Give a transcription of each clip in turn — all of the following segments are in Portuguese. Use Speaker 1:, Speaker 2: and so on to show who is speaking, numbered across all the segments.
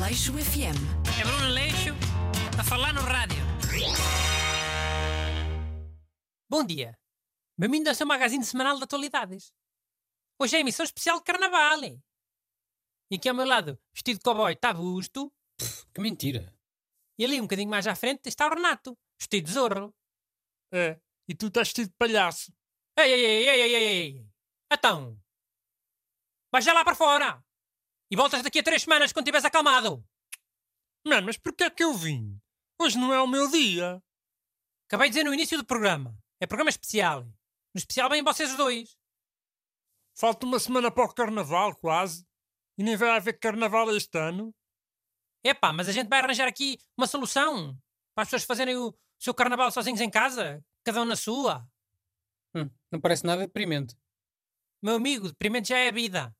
Speaker 1: Leixo FM.
Speaker 2: É Bruno Leixo a falar no rádio. Bom dia. Bem-vindo ao seu magazine semanal de atualidades. Hoje é emissão especial de carnaval. hein? E aqui ao meu lado, vestido de cowboy, está Busto.
Speaker 3: Que mentira.
Speaker 2: E ali, um bocadinho mais à frente, está o Renato, vestido de zorro.
Speaker 4: É, e tu estás vestido de palhaço.
Speaker 2: Ei, ei, ei, ei, ei, ei, ei. Então, vais já lá para fora. E voltas daqui a três semanas quando tiveres acalmado.
Speaker 4: Mano, mas porquê é que eu vim? Hoje não é o meu dia.
Speaker 2: Acabei de dizer no início do programa. É programa especial. No especial vêm vocês os dois.
Speaker 4: Falta uma semana para o carnaval, quase. E nem vai haver carnaval este ano.
Speaker 2: Epá, mas a gente vai arranjar aqui uma solução para as pessoas fazerem o seu carnaval sozinhos em casa, cada um na sua.
Speaker 3: Hum, não parece nada deprimente.
Speaker 2: Meu amigo, deprimente já é a vida.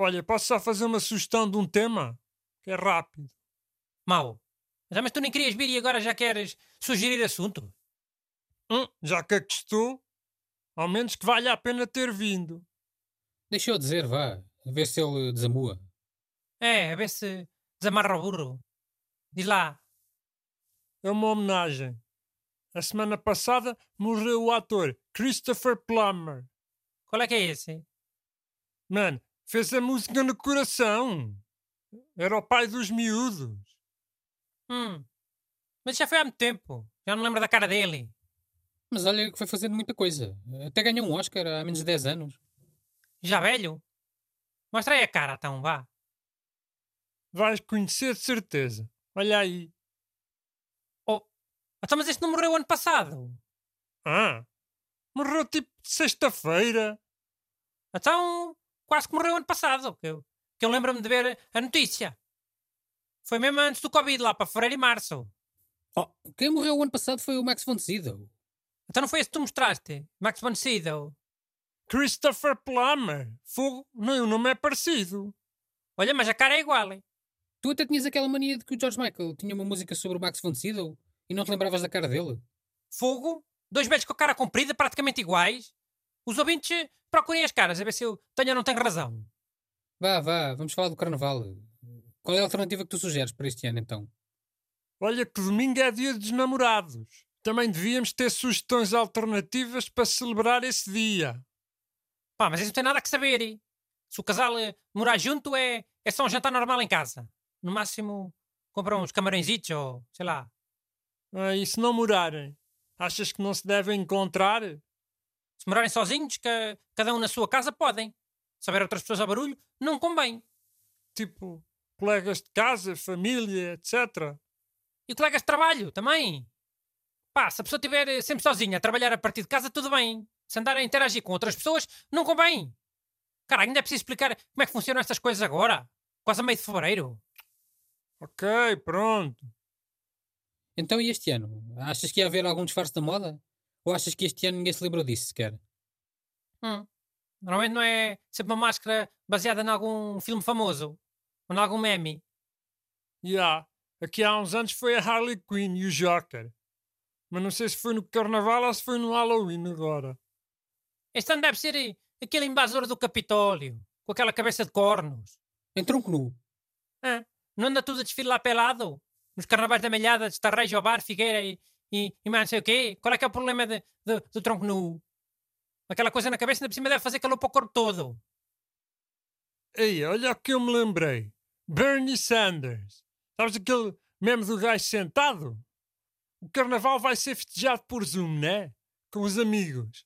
Speaker 4: Olha, posso só fazer uma sugestão de um tema? Que é rápido.
Speaker 2: Mau. Já, mas tu nem querias vir e agora já queres sugerir assunto.
Speaker 4: Hum, já que aqui estou, ao menos que valha a pena ter vindo.
Speaker 3: Deixa eu dizer, vá. A ver se ele desamua.
Speaker 2: É, a ver se desamarra o burro. Diz lá,
Speaker 4: É uma homenagem. A semana passada morreu o ator Christopher Plummer.
Speaker 2: qual é que é esse?
Speaker 4: Mano, fez a música no coração. Era o pai dos miúdos.
Speaker 2: Hum. Mas já foi há muito tempo. Já não lembro da cara dele.
Speaker 3: Mas olha que foi fazendo muita coisa. Até ganhou um Oscar há menos de 10 anos.
Speaker 2: Já velho? Mostra aí a cara, então, vá.
Speaker 4: Vais conhecer de certeza. Olha aí.
Speaker 2: Então, mas este não morreu ano passado.
Speaker 4: Ah, morreu tipo de sexta-feira.
Speaker 2: Então, quase que morreu ano passado, que eu, que eu lembro-me de ver a notícia. Foi mesmo antes do Covid, lá para fevereiro e março.
Speaker 3: Oh, quem morreu o ano passado foi o Max von Sydow.
Speaker 2: Então não foi esse que tu mostraste? Max von Sydow.
Speaker 4: Christopher Plummer. Fogo, nem o nome é parecido.
Speaker 2: Olha, mas a cara é igual. hein?
Speaker 3: Tu até tinhas aquela mania de que o George Michael tinha uma música sobre o Max von Sydow e não te lembravas da cara dele.
Speaker 2: Fogo, dois velhos com a cara comprida, praticamente iguais. Os ouvintes eh, procurem as caras, a ver se eu tenho ou não tenho razão.
Speaker 3: Vá, vá, vamos falar do carnaval. Qual é a alternativa que tu sugeres para este ano, então?
Speaker 4: Olha que domingo é dia dos namorados. Também devíamos ter sugestões alternativas para celebrar esse dia.
Speaker 2: Pá, mas isso não tem nada a que saber. hein? Se o casal eh, morar junto, é, é só um jantar normal em casa. No máximo, compram uns camarõezitos ou, sei lá.
Speaker 4: Ah, e se não morarem? Achas que não se devem encontrar?
Speaker 2: Se morarem sozinhos, ca- cada um na sua casa, podem. Se houver outras pessoas ao barulho, não convém.
Speaker 4: Tipo, colegas de casa, família, etc.
Speaker 2: E colegas de trabalho também. Pá, se a pessoa estiver eh, sempre sozinha a trabalhar a partir de casa, tudo bem. Se andar a interagir com outras pessoas, não convém. Cara, ainda é preciso explicar como é que funcionam estas coisas agora. Quase a meio de fevereiro.
Speaker 4: Ok, pronto.
Speaker 3: Então, e este ano? Achas que ia haver algum disfarce da moda? Ou achas que este ano ninguém se lembrou disso sequer?
Speaker 2: Hum. Normalmente não é sempre uma máscara baseada em algum filme famoso. Ou em algum meme.
Speaker 4: Já, aqui há uns anos foi a Harley Quinn e o Joker. Mas não sei se foi no Carnaval ou se foi no Halloween agora.
Speaker 2: Este ano deve ser eh, aquele invasor do Capitólio. Com aquela cabeça de cornos.
Speaker 3: Em tronco nu.
Speaker 2: Não anda tudo a desfilar pelado? Nos carnavais da Malhada, de Estarrejo, Obar, Figueira e, e, e mais não sei o quê? Qual é que é o problema de- de- do tronco nu? Aquela coisa na cabeça, ainda por cima deve fazer calor para o corpo todo.
Speaker 4: Ei, olha o que eu me lembrei. Bernie Sanders. Sabes aquele meme do gajo sentado? O Carnaval vai ser festejado por Zoom, né? Com os amigos.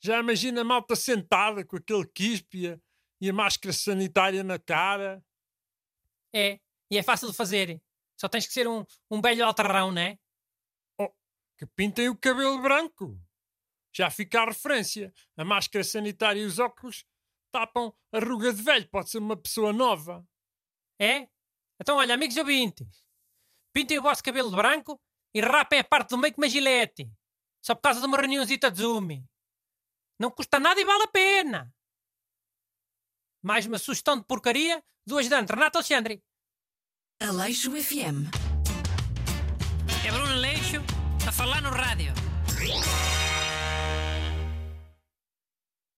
Speaker 4: Já imagina a malta sentada com aquele quispe e a- e a máscara sanitária na cara.
Speaker 2: É, e é fácil de fazer. Só tens que ser um, um velho altarrão, né?
Speaker 4: Oh, que pintem o cabelo branco. Já fica a referência. A máscara sanitária e os óculos tapam a ruga de velho. Pode ser uma pessoa nova.
Speaker 2: É? Então, olha, amigos ouvintes, pintem o vosso cabelo de branco e rapem a parte do meio com uma gilete. Só por causa de uma reuniãozita de Zoom. Não custa nada e vale a pena. Mais uma sugestão de porcaria do ajudante Renato Alexandre.
Speaker 1: Aleixo FM.
Speaker 2: É Bruno Leixo a falar no rádio.